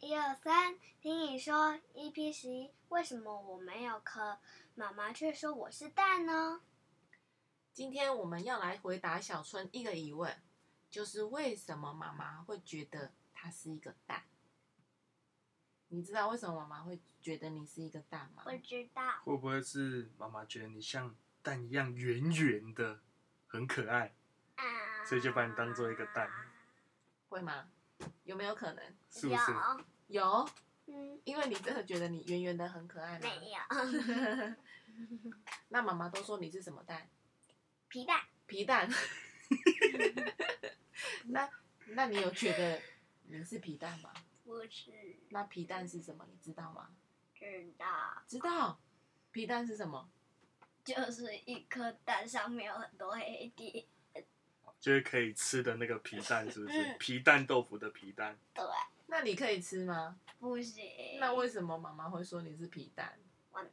一二三，听你说 EP 十一，为什么我没有壳，妈妈却说我是蛋哦呢？今天我们要来回答小春一个疑问，就是为什么妈妈会觉得他是一个蛋？你知道为什么妈妈会觉得你是一个蛋吗？不知道，会不会是妈妈觉得你像蛋一样圆圆的，很可爱？啊，所以就把你当做一个蛋会吗？有没有可能？是不是？有，有，嗯，因为你真的觉得你圆圆的很可爱吗？没有， 那妈妈都说你是什么蛋？皮蛋皮蛋。 那那你有觉得你是皮蛋吗？不是那皮蛋是什么？你知道吗？知道，知道，皮蛋是什么？就是一颗蛋上面有很多黑点，就是可以吃的那个皮蛋，是不是嗯？皮蛋豆腐的皮蛋，对，那你可以吃吗？不行，那为什么妈妈会说你是皮蛋？我仔，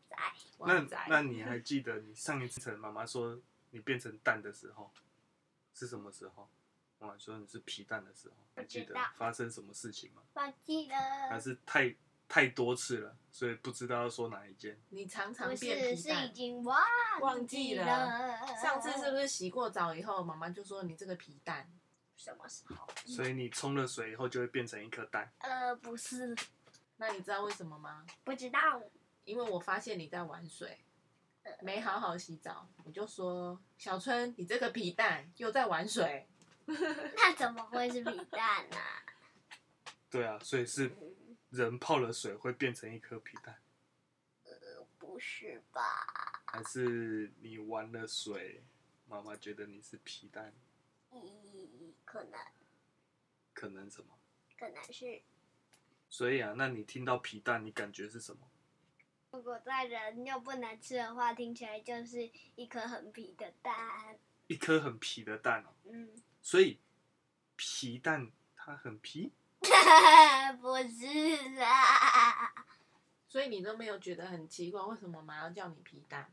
那旺仔那你还记得你上一次妈妈说你变成蛋的时候是什么时候？妈妈说你是皮蛋的时候，还记不知得道发生什么事情吗？忘记还了，是太太多次了，所以不知道要说哪一件？ 你常常不变是，皮是已蛋，经忘忘记记了。上次是是不是洗过澡以后，妈妈就说你这个皮蛋？什么时候？所以你冲了水以后就会变成一颗蛋。呃，不是，那你知道为什么吗？不知道，因为我发现你在玩水，呃没好好洗澡，我就说小春，你这个皮蛋又在玩水。 那怎么会是皮蛋呢、对啊，所以是嗯，人泡了水会变成一颗皮蛋，不是吧？还是你玩了水，妈妈觉得你是皮蛋，咦，可能可能什么？可能是，所以啊，那你听到皮蛋，你感觉是什么？如果在人又不能吃的话，听起来就是一颗很皮的蛋。一颗很皮的蛋哦、嗯， 所以皮蛋它很皮，不是啊，所以你都没有觉得很奇怪，为什么妈妈要叫你皮蛋？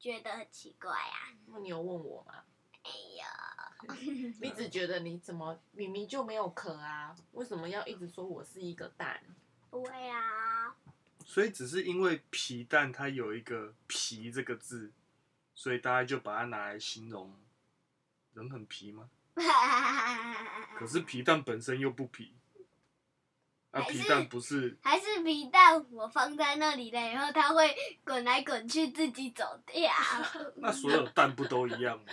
觉得很奇怪啊呀、那你有问我吗？哎呀，你只觉得你怎么明明就没有壳啊，为什么要一直说我是一个蛋？不会啊， 所以只是因为皮蛋它有一个“皮”这个字，所以大家就把它拿来形容人很皮吗？可是皮蛋本身又不皮，啊，还是皮蛋不是还是皮蛋，我放在那里了以后，它会滚来滚去，自己走掉。那所有蛋不都一样 吗？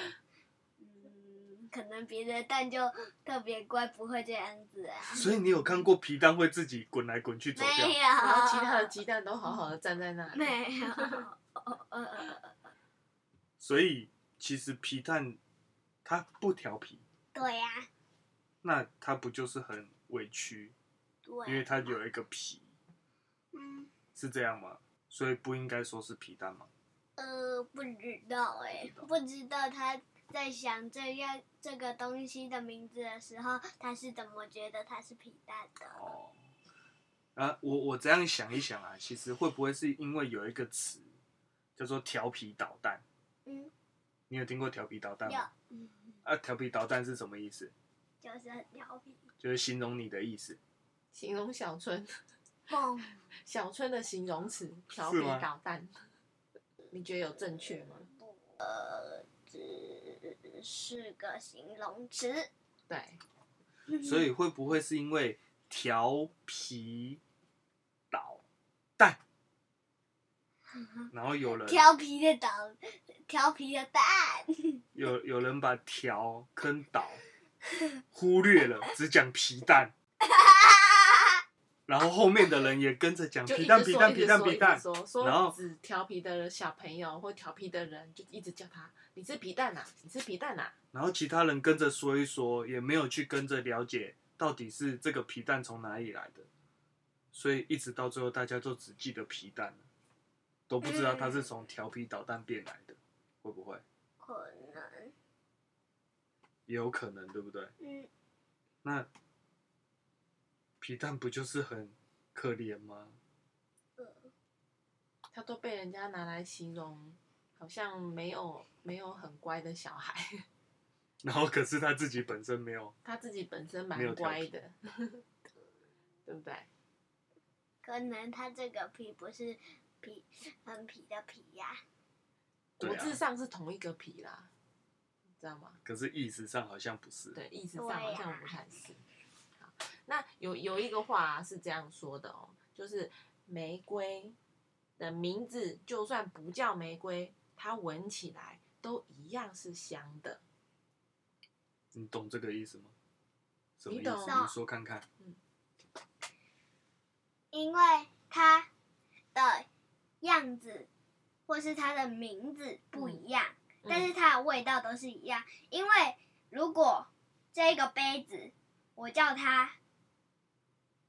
嗯，可能别的蛋就特别乖，不会这样子啊。所以你有看过皮蛋会自己滚来滚去走掉没？有，然后其他啊的鸡蛋都好好的站在那里。没有。哦呃，所以其实皮蛋它不调皮，对呀、那它不就是很委屈？对。因为它有一个皮，嗯是这样吗？所以不应该说是皮蛋吗？呃，不知道哎、不知道他在想这样这个东西的名字的时候，他是怎么觉得它是皮蛋的？哦，啊，我我这样想一想啊，其实会不会是因为有一个词叫做调皮捣蛋？嗯，你有听过调皮捣蛋有吗？，嗯，啊，调皮捣蛋是什么意思？就是很调皮，就是形容你的意思。形容小春，蹦，小春的形容词调皮是吗捣蛋，你觉得有正确吗？只是个形容词。对，所以会不会是因为调皮捣蛋，然后有人调皮的捣，调皮的蛋，有有人把调跟捣忽略了，只讲皮蛋，然后后面的人也跟着讲就一嗯直皮蛋皮说蛋一皮直蛋说皮一直蛋，说，然说后只调皮的小朋友或调皮的人，就一直叫他你是皮蛋呐、啊你是皮蛋呐、然后其他人跟着说一说，也没有去跟着了解到底是这个皮蛋从哪里来的，所以一直到最后大家都只记得皮蛋了，都不知道它是从调皮捣蛋变来的，会不会？可能，也有可能，对不对？嗯。那皮蛋不就是很可怜吗？ 他都被人家拿来形容，好像没有没有很乖的小孩， 然后可是他自己本身没有，他自己本身没蛮有调乖皮的， 对不对？可能它这个皮不是皮很皮的皮呀、对国啊字上是同一个皮啦，你知道吗？可是意识上好像不是。对，意思上对好呀像不太是。好，那有有一个话、是这样说的哦，就是玫瑰的名字就算不叫玫瑰，它闻起来都一样是香的。嗯你懂这个意思吗？什么意你思？懂你说看看。因为它的样子或是它的名字不一样，嗯但是它的味道都是一样。因为如果这个杯子我叫它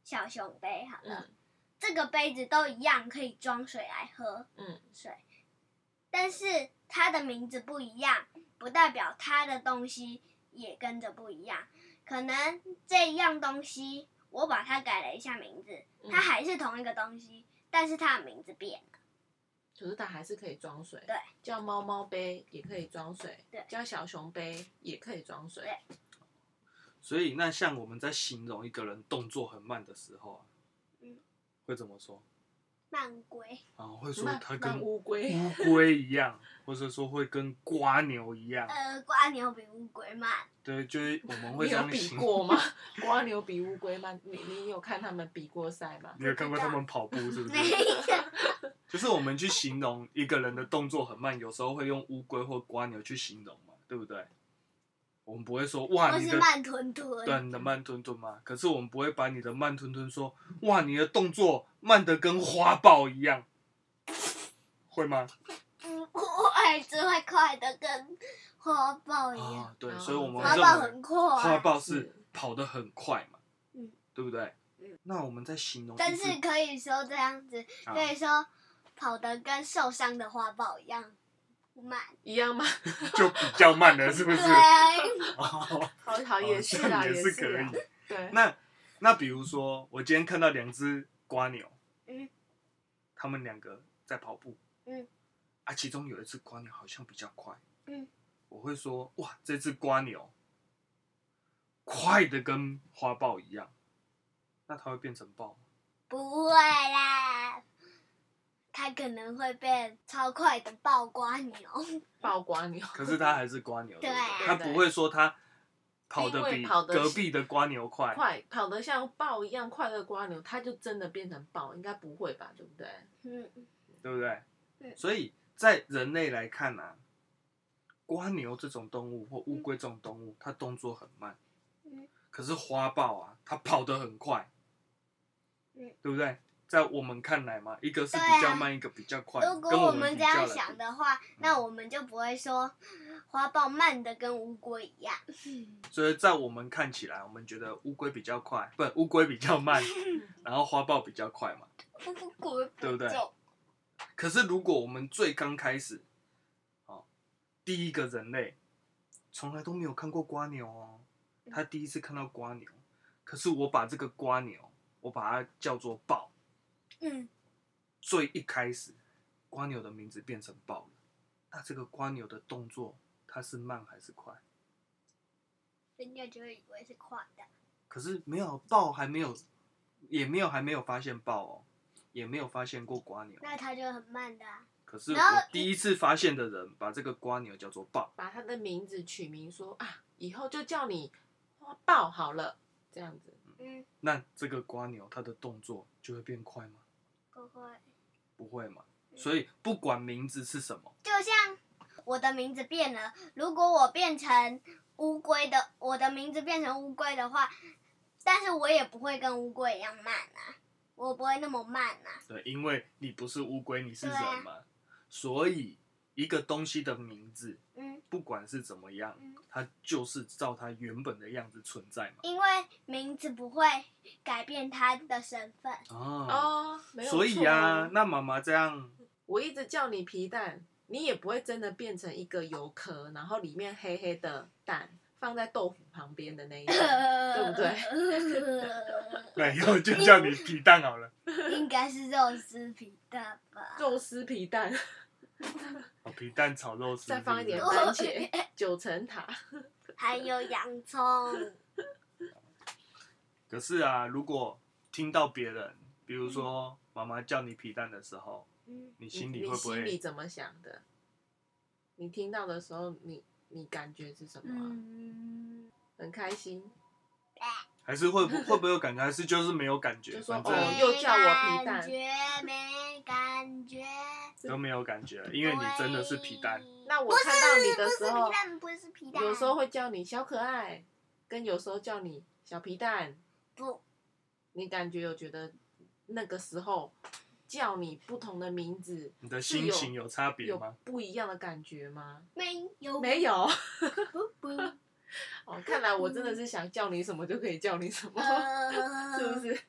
小熊杯好了，嗯这个杯子都一样可以装水来喝嗯，水，但是它的名字不一样，不代表它的东西也跟着不一样。可能这一样东西我把它改了一下名字，嗯它还是同一个东西，但是它的名字变了。可是它还是可以装水。对，叫猫猫杯也可以装水。对叫小熊杯也可以装水。对所以那像我们在形容一个人动作很慢的时候啊，嗯会怎么说？慢龟，啊，会说那他那跟乌乌龟，龟一样，或者说会跟瓜牛一样。呃，瓜牛比乌龟慢，对，就是我们会你这有样比形容。过吗？瓜牛比乌龟吗？你你有看他们比过赛吗？你有看过他们跑步是不没是？ 有，就是我们去形容一个人的动作很慢，有时候会用乌龟或瓜牛去形容嘛，对不对？我们不会说哇或你是的慢吞吞。对啊你的慢吞吞嘛，可是我们不会把你的慢吞吞说哇你的动作慢的跟花豹一样，会吗？嗯，我只会快的跟 花豹一样，啊，对，哦所以我们花这认豹为很快，啊花豹是是跑得很快嘛，嗯，对不对嗯？那我们在形哦容一只，但是可以说这样子，啊可以说跑得跟受伤的花豹一样慢。一样吗？ 就比较慢了，是不对是？啊，哦，好好也是这啦，样也是啊可啦以。对，那那比如说，我今天看到两只瓜牛，嗯，他们两个在跑步，嗯，啊，其中有一只瓜牛好像比较快，嗯，我会说哇，这只瓜牛快的跟花豹一样，那它会变成豹吗？不会啦，它可能会变超快的爆瓜牛。爆瓜牛，可是它还是瓜牛，对不啊它不会说它跑因得为比跑得隔壁的瓜牛快，快跑得像豹一样快的瓜牛，它就真的变成豹，应该不会吧？对不对？嗯，对不对？嗯所以在人类来看啊，瓜牛这种动物或乌龟这种动物，它动作很慢，嗯可是花豹啊，它跑得很快，嗯对不对？在我们看来嘛，一个是对比较啊慢，一个比较快。如果跟我们比这较嗯样来想比，的话，那我们就不会说花豹慢的跟乌龟一样。所以在我们看起来，我们觉得乌龟比较快，不，乌龟比较 慢，然后花豹比较快嘛。对不对可是如果我们最刚开始，哦，第一个人类从来都没有看过瓜牛哦，嗯他第一次看到瓜牛，可是我把这个瓜牛，我把它叫做豹，嗯，最一开始，瓜牛的名字变成豹了，那这个瓜牛的动作它是慢还是快？人家就会以为是快的。可是没有豹还没有，也没有还没有发现豹哦，也没有发现过瓜牛。那它就很慢的、啊。可是我然后第一次发现的人把这个瓜牛叫做豹。把它的名字取名说啊，以后就叫你花豹好了，这样子嗯，那这个瓜牛它的动作就会变快吗？不会。不会嘛。嗯所以不管名字是什么，就像我的名字变了，如果我变成乌龟的，我的名字变成乌龟的话，但是我也不会跟乌龟一样慢啊，我不会那么慢啊。对，因为你不是乌龟，你是对啊人嘛，所以一个东西的名字，嗯，不管是怎么样嗯，它就是照它原本的样子存在嘛。因为名字不会改变它的身份。哦，哦，没有所以错呀、哦那妈妈这 样，我一直叫你皮蛋，你也不会真的变成一个油壳，然后里面黑黑的蛋放在豆腐旁边的 那一种，对不对？对，以后就叫你皮蛋好了。 应该是肉丝皮蛋吧？肉丝皮蛋，哦，皮蛋炒肉丝，再放一点是肉不是番茄、九层塔。还有洋葱，可是啊，如果听到别人，嗯比如说妈妈叫你皮蛋的时候，嗯，你你心里你会不心里会？怎么想的？你听到的时候，你你感觉是什么啊、嗯，很开心，还是会不会不会有感觉？还是就是没有感觉？就说反哦正又叫我没皮蛋感觉没感觉，都没有感觉，因为你真的是皮蛋。对那我看到你的时候不是皮蛋，不是皮蛋，有时候会叫你小可爱，跟有时候叫你小皮蛋。不，你感觉有觉得那个时候叫你不同的名字，你的心情有差别有吗？不一样的感觉吗？没有没有。不 不，哦，看来我嗯真的是想叫你什么就可以叫你什么，呃 是不？是？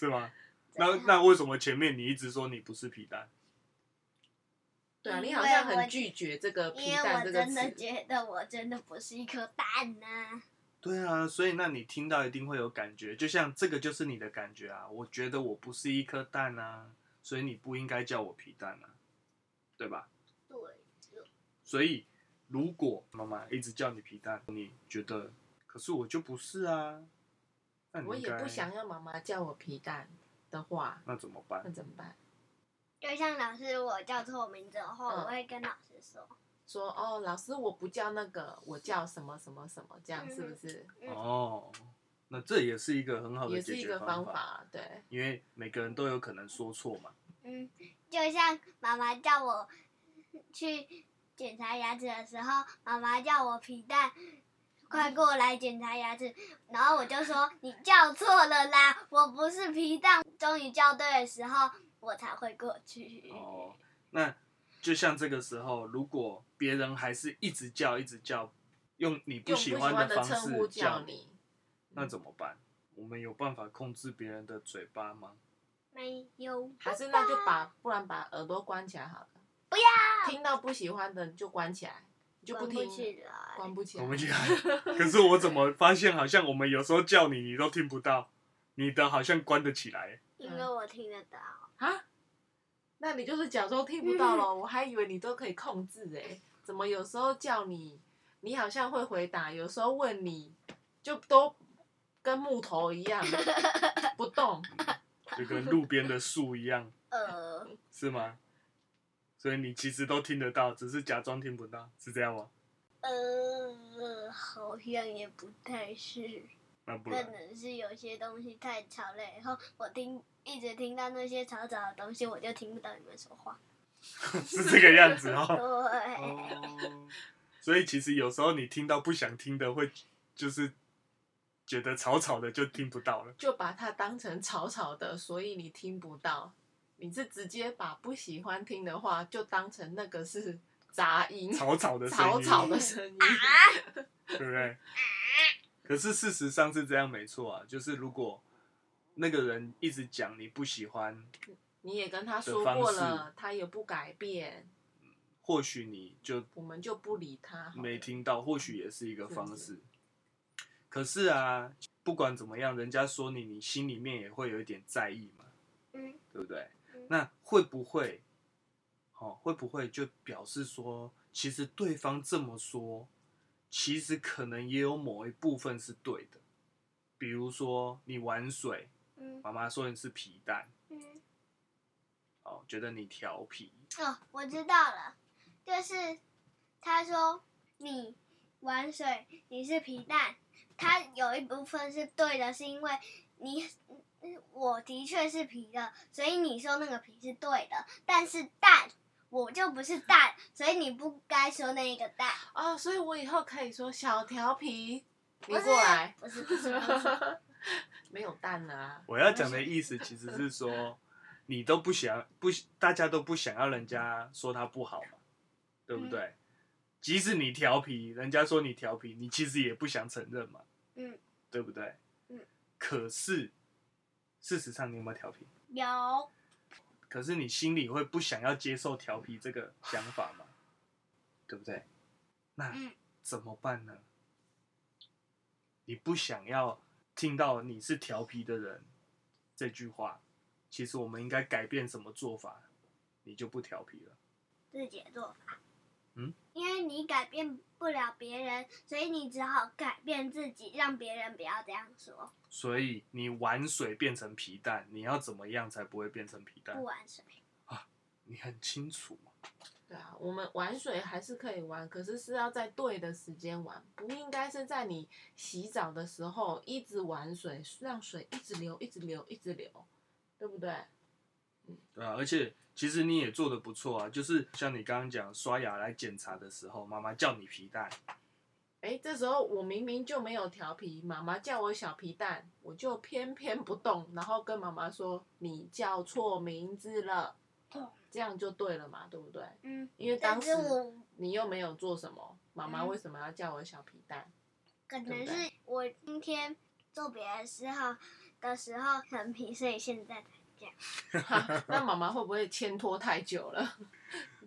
是吗？怎那样那为什么前面你一直说你不是皮蛋？对啊，因为你好像我很拒绝这个“皮因为蛋”我这个真的词。觉得我真的不是一颗蛋呐、对啊，所以那你听到一定会有感觉，就像这个就是你的感觉啊。我觉得我不是一颗蛋啊，所以你不应该叫我皮蛋啊，对吧？对，所以如果妈妈一直叫你皮蛋，你觉得可是我就不是啊，那你我应也该不想要妈妈叫我皮蛋的话，那怎么那办？怎么办？就像老师我叫错名字后，嗯我会跟老师说，说哦，老师，我不叫那个，我叫什么什么什么，这样嗯是不是？嗯哦，那这也是一个很好的也解是一决个方方法，法，对。因为每个人都有可能说错嘛。嗯，就像妈妈叫我去检查牙齿的时候，妈妈叫我皮蛋。快过来检查牙齿，然后我就说你叫错了啦，我不是皮蛋。终于叫对的时候，我才会过嗯去。哦，那就像这个时候，如果别人还是一直叫一直叫，用你不用不喜喜欢欢方称式呼叫你，你，那怎么办？我们有办法控制别人的嘴巴吗？没有，还是那就把不然把耳朵关起来好了。不要听到不喜欢的就关起来，你就关不听，起来。关不起来，我们起来。 可是我怎么发现，好像我们有时候叫你，你都听不到，你的好像关得起 来。因为我听得到。啊？那你就是假装听不到了，我还以为你都可以控制哎、怎么有时候叫你，你好像会回答，有时候问你就都跟木头一 样不动，就跟路边的树一样，呃，是吗？所以你其实都听得到，只是假装听不到，是这样吗？呃，好像也不太是，那不可然，能是有些东西太吵了，以后我听一直听到那些吵吵的东西，我就听不到你们说话。 是这个样 子哦。对，哦，所以其实有时候你听到不想听的，会就是觉得吵吵的就听不到了。就把它当成吵吵的，所以你听不到。你是直接把不喜欢听的话就当成那个是杂音，吵吵的声吵音，吵的声啊音。对不对？可是事实上是这样没错啊，就是如果那个人一直讲你不喜欢，你也跟他说的过方了，他也不改变，或许你就我们就不理他好了。没听到，或许也是一个方式。可是啊，不管怎么样，人家说你，你心里面也会有一点在意嘛。嗯，对不对嗯？那会不会，哦，会不会就表示说，其实对方这么说，其实可能也有某一部分是对的。比如说你玩水，嗯妈妈说你是皮蛋，嗯，哦，觉得你调皮，哦，我知道了，就是他说你玩水你是皮蛋，他有一部分是对的，是因为你嗯我的确是皮的，所以你说那个皮是对的，但是蛋我就不是蛋，所以你不该说那一个蛋，哦，所以我以后可以说小调皮，不你是啊过来，不是不是不是， 没有蛋了啊。我要讲的意思其实是说，你都不想不，大家都不想要人家说他不好嘛，对不对？嗯即使你调皮，人家说你调皮，你其实也不想承认嘛，嗯，对不对？嗯。可是，事实上你有没有调皮？有嗯可是你心里会不想要接受调皮这个想法嘛，对不对？那嗯怎么办呢？你不想要听到你是调皮的人这句话，其实我们应该改变什么做法，你就不调皮了。自己的做法，嗯，因为你改变不了别人，所以你只好改变自己，让别人不要这样说。所以你玩水变成皮蛋，你要怎么样才不会变成皮蛋不？玩水，你很清楚嘛？对啊，我们玩水还是可以玩，可是是要在对的时间玩，不应该是在你洗澡的时候一直玩水，让水一直流，一直流，一直流，对不对？对啊，而且其实你也做的不错啊，就是像你刚刚讲刷牙来检查的时候，妈妈叫你皮蛋，哎，这时候我明明就没有调皮，妈妈叫我小皮蛋，我就偏偏不动，然后跟妈妈说你叫错名字了，这样就对了嘛，对不对？嗯，因为当但时是我你又没有做什么，妈妈嗯为什么要叫我小皮蛋？ 可对能不对是我今天做别的时候的时候很皮，所以现在哈那妈妈会不会牵拖太久了？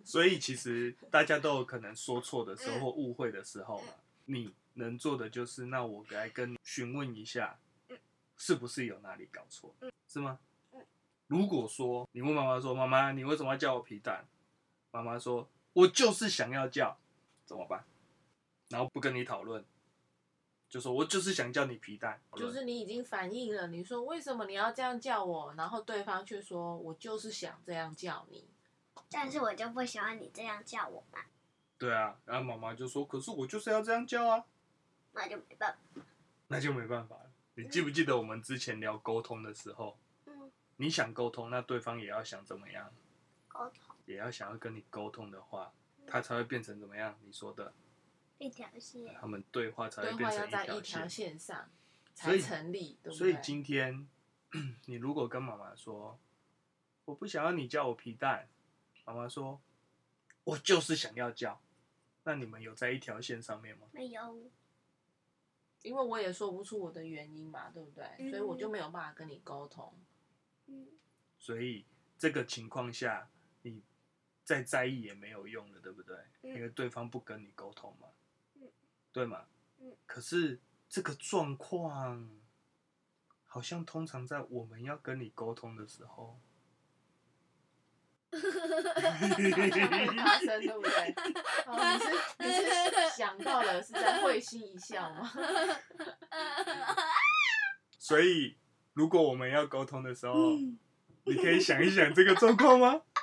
所以其实大家都有可能说错的时嗯候或误会的时候嘛，你能做的就是，那我来跟你询问一下，嗯是不是有哪里搞错，是吗？如果说你问妈妈说：“妈妈，你为什么要叫我皮蛋？”妈妈说：“我就是想要叫，怎么办？”然后不跟你讨论，就说我就是想叫你皮蛋，就是你已经反应了，你说为什么你要这样叫我，然后对方却说我就是想这样叫你，但是我就不喜欢你这样叫我嘛，对啊。然后妈妈就说：“可是我就是要这样叫啊。那就没办法。”那就没办法了。你记不记得我们之前聊沟通的时候？嗯，你想沟通，那对方也要想怎么样，沟通也要想要跟你沟通的话，他才会变成怎么样？你说的，一条线，他们对话才对会变话要成在条一条线。线上所才以成立，对不对？所以今天 你如果跟妈妈说，我不想要你叫我皮蛋，妈妈说，我就是想要叫，那你们有在一条线上面吗？没有，因为我也说不出我的原因嘛，对不对？嗯所以我就没有办法跟你沟 通。嗯，所以这个情况下，你再在意也没有用了，对不对？嗯因为对方不跟你沟通嘛，嗯对吗？嗯可是这个状况，好像通常在我们要跟你沟通的 时候，很大声，对不对？哦，你是你是想到了是在会心一笑吗？所以如果我们要沟通的时候，嗯你可以想一想这个状况吗？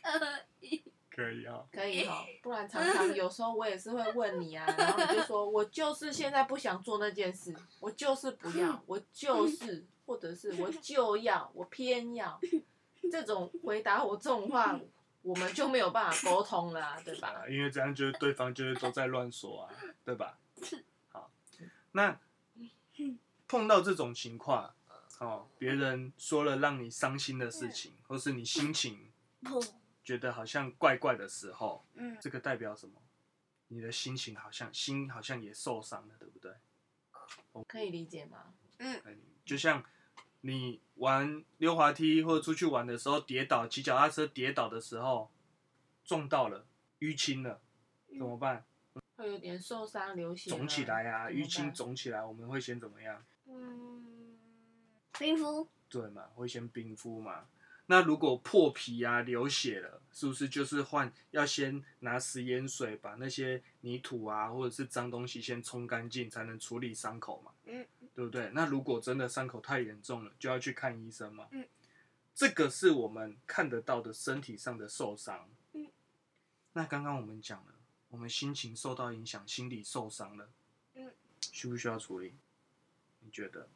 可以，可以啊、可以哦，不然常常有时候我也是会问你啊，然后你就说我就是现在不想做那件事，我就是不要，我就是，或者是我就要，我偏要，这种回答我这种话，我们就没有办法沟通了、啊，对吧啊，？因为这样就是对方就是都在乱说啊，对吧？好，那碰到这种情况，哦，别人说了让你伤心的事情，或是你心情砰，觉得好像怪怪的时候，嗯，这个代表什么？你的心情好像心好像也受伤了，对不对？可以理解吗？嗯就像你玩溜滑梯或者出去玩的时候跌倒，骑脚踏车跌倒的时候撞到了，淤青了，怎么办？会有点受伤、流血，肿起来啊，怎么淤青办肿起来，我们会先怎么样？嗯，冰敷，对嘛，会先冰敷嘛。那如果破皮啊、流血了，是不是就是换要先拿食盐水把那些泥土啊或者是脏东西先冲干净，才能处理伤口嘛？嗯，对不对？那如果真的伤口太严重了，就要去看医生嘛。嗯，这个是我们看得到的身体上的受伤。嗯，那刚刚我们讲了，我们心情受到影响，心理受伤了。嗯，需不需要处理？你觉得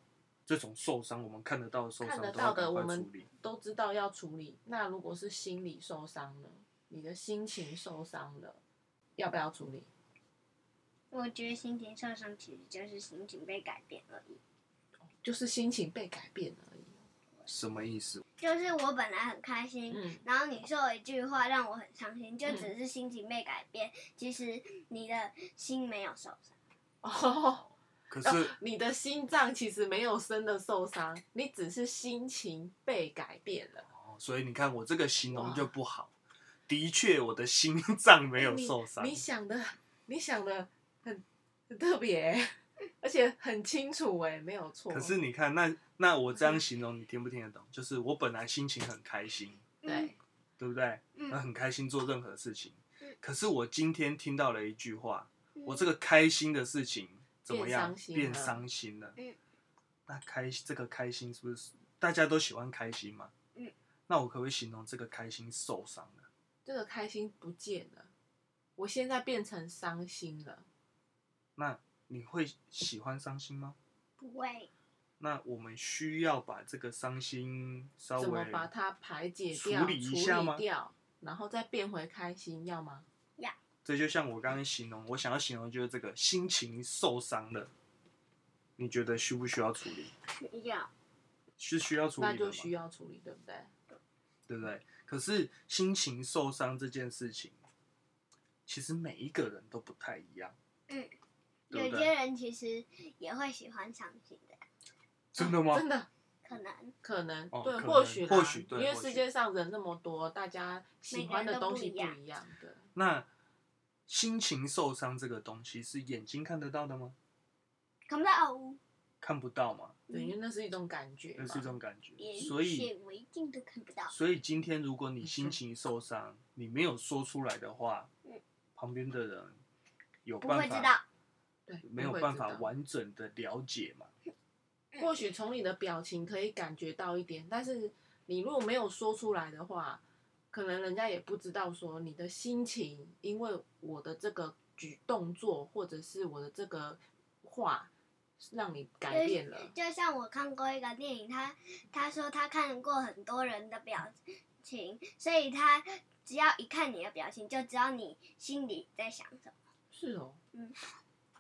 这种受伤，我们看得到的受伤看得都要到的，赶我快们处理。都知道要处理。那如果是心理受伤呢？你的心情受伤了，要不要处理？我觉得心情受伤其实就是心情被改变而已。就是心情被改变而已。什么意啊思？就是我本来很开心，嗯，然后你说了一句话让我很伤心，就嗯只是心情被改变，其实你的心没有受伤。哦，可是 你的心脏其实没有真的受伤，你只是心情被改变了。哦，所以你看我这个形容哇就不好。的确，我的心脏没有你受伤哎你。想的，你想的很很特别、欸而且很清楚哎、没有错。可是你嗯看，那那我这样形容，你听不听得懂？就是我本来心情很开心，对，对不对？那嗯，很开心做任何事情嗯。可是我今天听到了一句话，我这个个开心的事情怎么嗯变样伤心了变伤心了？嗯那开这个开心是不是大家都喜欢开心嘛？嗯那我可不可以形容这个开心受伤了？这个开心不见了，我现在变成伤心了。那你会喜欢伤心吗？不会，那我们需要把这个伤心稍怎么微把它排解掉、处处理一下吗理掉，然后再变回开心，要吗？这就像我刚刚形容，我想要形容就是这个心情受伤了，你觉得需不需要处理？需要是需要处那理的就吗？需要处理，对不对？对不对？可是心情受伤这件事情，其实每一个人都不太一样，嗯对有不对些人其实也会喜欢伤心的，真的吗？啊真的可能可能哦对，可能或许啦或许对因为或许世界上人那么多，大家喜欢的东西不每个人一样的。那心情受伤这个东西是眼睛看得到的吗？看不到哦，看不到嘛，对，因为那是一种感觉嘛，那是一种感觉。连所以，显微镜都看不到，所以今天如果你心情受伤，你没有说出来的话嗯，旁边的人有不会办知法道，对，没有不会办知法道。完整的了解嘛？或许从你的表情可以感觉到一点，但是你如果没有说出来的话，可能人家也不知道说你的心情，因为我的这个举动作或者是我的这个话，让你改变了。就像我看过一个电影，他他说他看过很多人的表情，所以他只要一看你的表情，就知道你心里在想什么。是哦，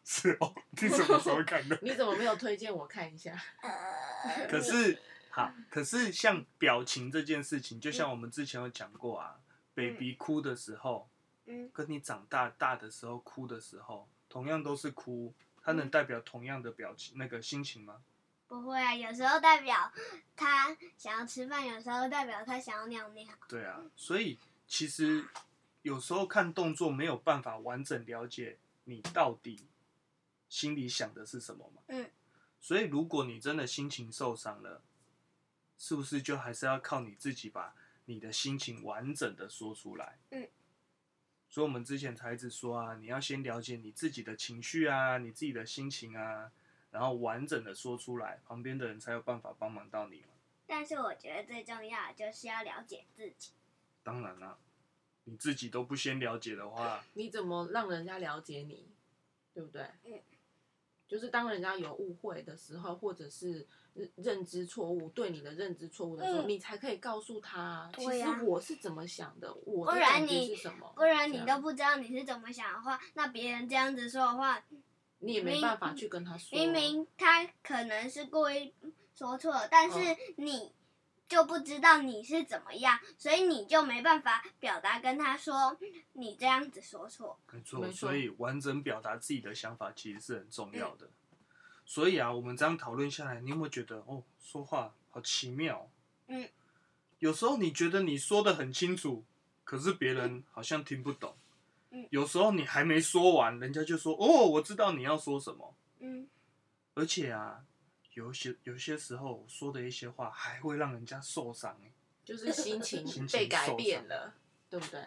是哦，你什么时候看的？ 你怎么没有推荐我看一下？ 呃可是好，可是像表情这件事情，就像我们之前有讲过啊、b a b y 哭的时候，嗯跟你长大大的时候哭的时候，同样都是哭，嗯它能代表同样的表情、那个心情吗？不会啊，有时候代表他想要吃饭，有时候代表他想要尿尿。对啊，所以其实有时候看动作没有办法完整了解你到底心里想的是什么嘛。嗯。所以如果你真的心情受伤了，是不是就还是要靠你自己把你的心情完整的说出来？嗯。所以我们之前才一直说啊，你要先了解你自己的情绪啊，你自己的心情啊，然后完整的说出来，旁边的人才有办法帮忙到你嘛。但是我觉得最重要的就是要了解自己，当然啦、你自己都不先了解的话，你怎么让人家了解你，对不对？嗯就是当人家有误会的时候，或者是认认知错误，对你的认知错误的时候，嗯你才可以告诉他，其对实呀我是怎么想的，我不的然感觉你是啊什么，不然这你样都不知道你是怎么想的话，那别人这样子说的话，你也没明办法去跟他说。明明他可能是故意说错了，但是你就不知道你是怎么样，所以你就没办法表达跟他说你这样子说错。没没错，错所以完整表达自己的想法其实是很重要的。所以啊，我们这样讨论下来，你有没有觉得哦，说话好奇妙？哦嗯，有时候你觉得你说的很清楚，可是别人好像听不懂。嗯有时候你还没说完，人家就说哦，我知道你要说什么。嗯，而且啊，有些有些时候我说的一些话还会让人家受伤、欸。就是 心情心情被改受变伤了，对不对？嗯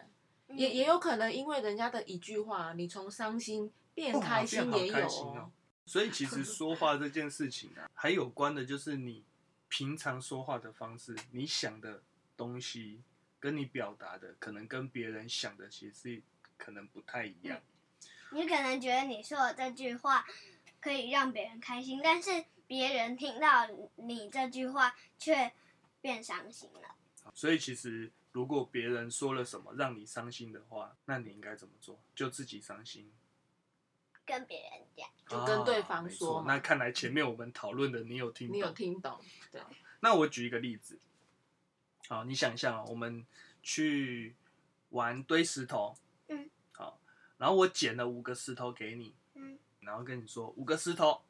也也有可能因为人家的一句话，你从伤心变哦开心也变好有开心哦。所以其实说话这件事情啊，还有关的就是你平常说话的方式，你想的东西跟你表达的，可能跟别人想的其实可能不太嗯一样。你可能觉得你说的这句话可以让别人开心，但是别人听到你这句话却变伤心了。啊所以其实如果别人说了什么让你伤心的话，那你应该怎么做？就自己伤心。跟别人讲，就跟对方啊没错说嘛那看来前面我们讨论的，你有听懂？你有听懂？对，那我举一个例子，好，你想一下，哦我们去玩堆石头，嗯，好，然后我捡了五个石头给你，嗯，然后跟你说五个石头，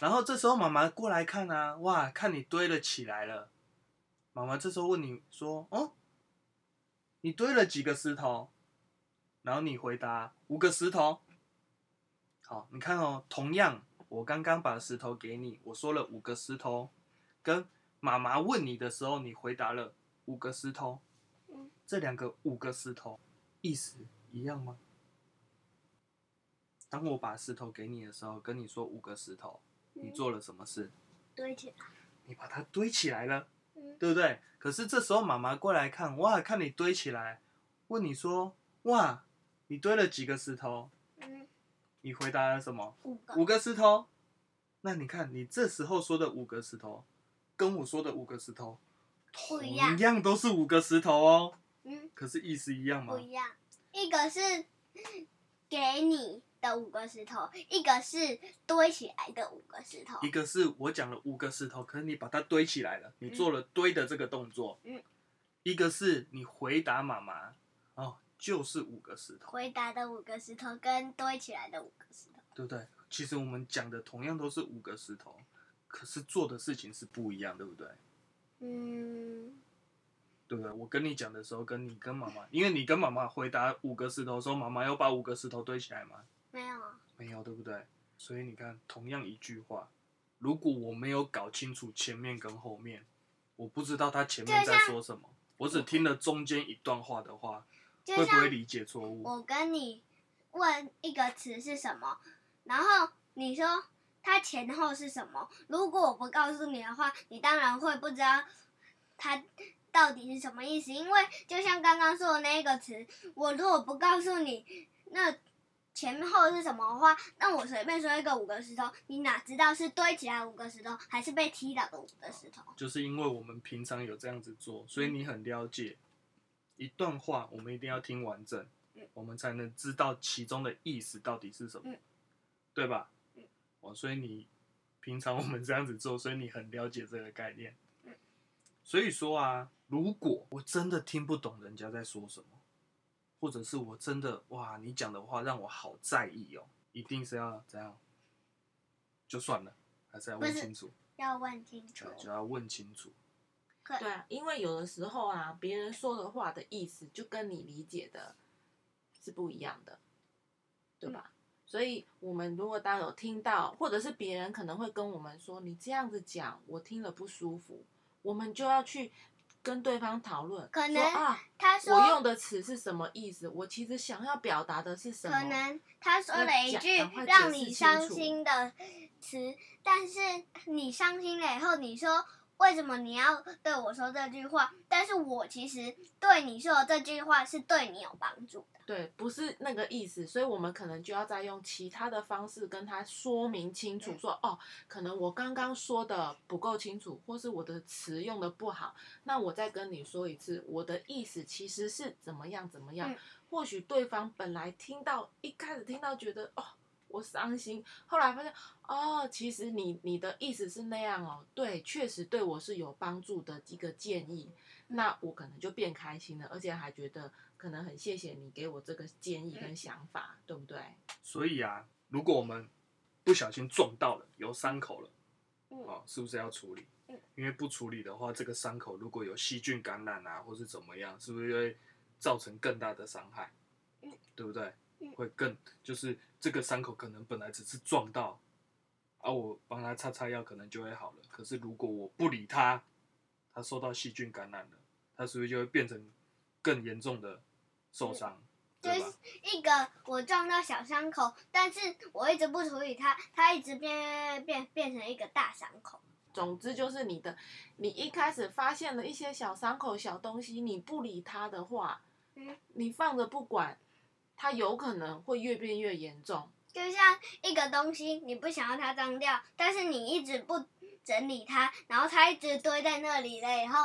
然后这时候妈妈过来看啊，哇，看你堆了起来了，妈妈这时候问你说，哦，你堆了几个石头？然后你回答五个石头。好，你看哦，同样我刚刚把石头给你，我说了五个石头，跟妈妈问你的时候，你回答了五个石头嗯。这两个五个石头意思一样吗？当我把石头给你的时候，跟你说五个石头，你嗯做了什么事？堆起来，你把它堆起来了，嗯，对不对？可是这时候妈妈过来看，哇，看你堆起来，问你说，哇，你堆了几个石头？嗯，你回答了什么？五个，五个石头。那你看，你这时候说的五个石头，跟我说的五个石头，不同一样样都是五个石头哦。嗯，可是意思一样吗不？一样，一个是给你的五个石头，一个是堆起来的五个石头，一个是我讲了五个石头，可是你把它堆起来了，你做了堆的这个动作。嗯。一个是你回答妈妈，哦，就是五个石头，回答的五个石头跟堆起来的五个石头，对不对？其实我们讲的同样都是五个石头，可是做的事情是不一样，对不对？嗯，对不对？我跟你讲的时候，跟你跟妈妈，因为你跟妈妈回答五个石头的时候，妈妈要把五个石头堆起来吗？没有啊，没有，对不对？所以你看，同样一句话，如果我没有搞清楚前面跟后面，我不知道他前面就在像说什么，我只听了中间一段话的话，就会不像会理解错误？我跟你问一个词是什么，然后你说它前后是什么。如果我不告诉你的话，你当然会不知道它到底是什么意思。因为就像刚刚说的那个词，我如果不告诉你那前后是什么的话，那我随便说一个五个石头，你哪知道是堆起来五个石头，还是被踢倒的五个石头？就是因为我们平常有这样子做，所嗯以你很了解一段话，我们一定要听完整嗯，我们才能知道其中的意思到底是什么嗯，对吧嗯？哦，所以你平常我们这样子做，所以你很了解这个概念嗯。所以说啊，如果我真的听不懂人家在说什么，或者是我真的哇，你讲的话让我好在意哦，一定是要怎样？就算了，还是要问不是清楚，要问清楚就。就要问清楚。可对啊，因为有的时候啊，别人说的话的意思就跟你理解的是不一样的，对嗯吧？所以我们如果当有听到，或者是别人可能会跟我们说你这样子讲，我听了不舒服，我们就要去跟对方讨论，可说能啊，他说我用的词是什么意思？我其实想要表达的是什么？可能他说了一句要讲赶快解释让你伤心的词，但是你伤心了以后，你说为什么你要对我说这句话？但是我其实对你说的这句话是对你有帮助的。对，不是那个意思，所以我们可能就要再用其他的方式跟他说明清楚嗯说，哦，可能我刚刚说的不够清楚，或是我的词用的不好，那我再跟你说一次，我的意思其实是怎么样怎么样。嗯或许对方本来听到一开始听到觉得哦我伤心，后来发现哦，其实你你的意思是那样哦，对，确实对我是有帮助的一个建议。那我可能就变开心了，而且还觉得可能很谢谢你给我这个建议跟想法，对不对？所以啊，如果我们不小心撞到了，有伤口了，嗯哦，是不是要处理嗯？因为不处理的话，这个伤口如果有细菌感染啊，或是怎么样，是不是会造成更大的伤害嗯？对不对嗯？会更就是这个伤口可能本来只是撞到，啊，我帮他擦擦药可能就会好了。可是如果我不理他，他受到细菌感染了，他是不是就会变成更严重的嗯受伤？就对吧是？一个我撞到小伤口，但是我一直不处理它，它一直变变变成一个大伤口。总之就是你的，你一开始发现了一些小伤口、小东西，你不理它的话，嗯你放着不管，它有可能会越变越严重。就像一个东西，你不想要它脏掉，但是你一直不整理它，然后它一直堆在那里了，以后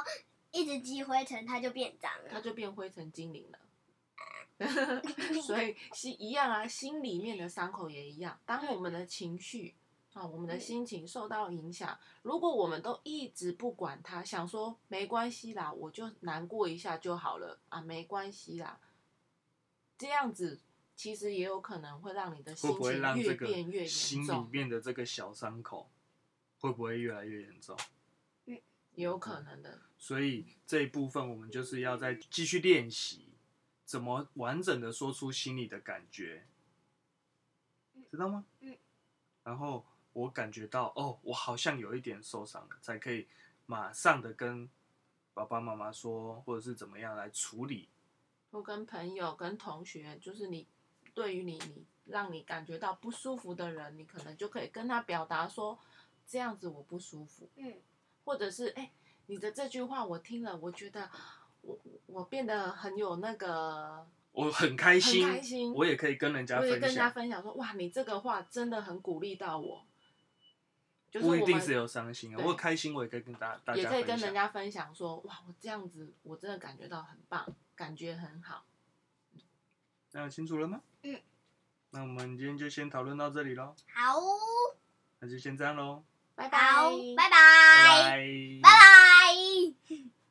一直积灰尘，它就变脏它了。就变灰尘精灵了。 所以是一样啊，心里面的伤口也一样。当我们的情绪啊，我们嗯的心情受到影响，如果我们都一直不管它，想说没关系啦，我就难过一下就好了啊，没关系啦，这样子其实也有可能会让你的会心不会让情这越变越个严心里重，面的这个小伤口会不会越来越严重？也嗯有可能的。所以这一部分我们就是要再继续练习，怎么完整的说出心里的感觉，知道吗？嗯。然后我感觉到哦，我好像有一点受伤了，才可以马上的跟爸爸妈妈说，或者是怎么样来处理。或跟朋友、跟同学，就是你对于你你让你感觉到不舒服的人，你可能就可以跟他表达说，这样子我不舒服，嗯，或者是哎、你的这句话我听了，我觉得我我我变得很有那个，我很开心，很开心我也可以跟人家我也分跟人家享，分享说，哇，你这个话真的很鼓励到我，就是不一我定是们有伤心啊，对我开心我也可以跟大大也家可以跟人分享。家分享说，哇，我这样子我真的感觉到很棒，感觉很好。那清楚了吗？嗯。那我们今天就先讨论到这里喽，好，那就先这样喽，拜拜好，，拜拜拜，拜拜拜。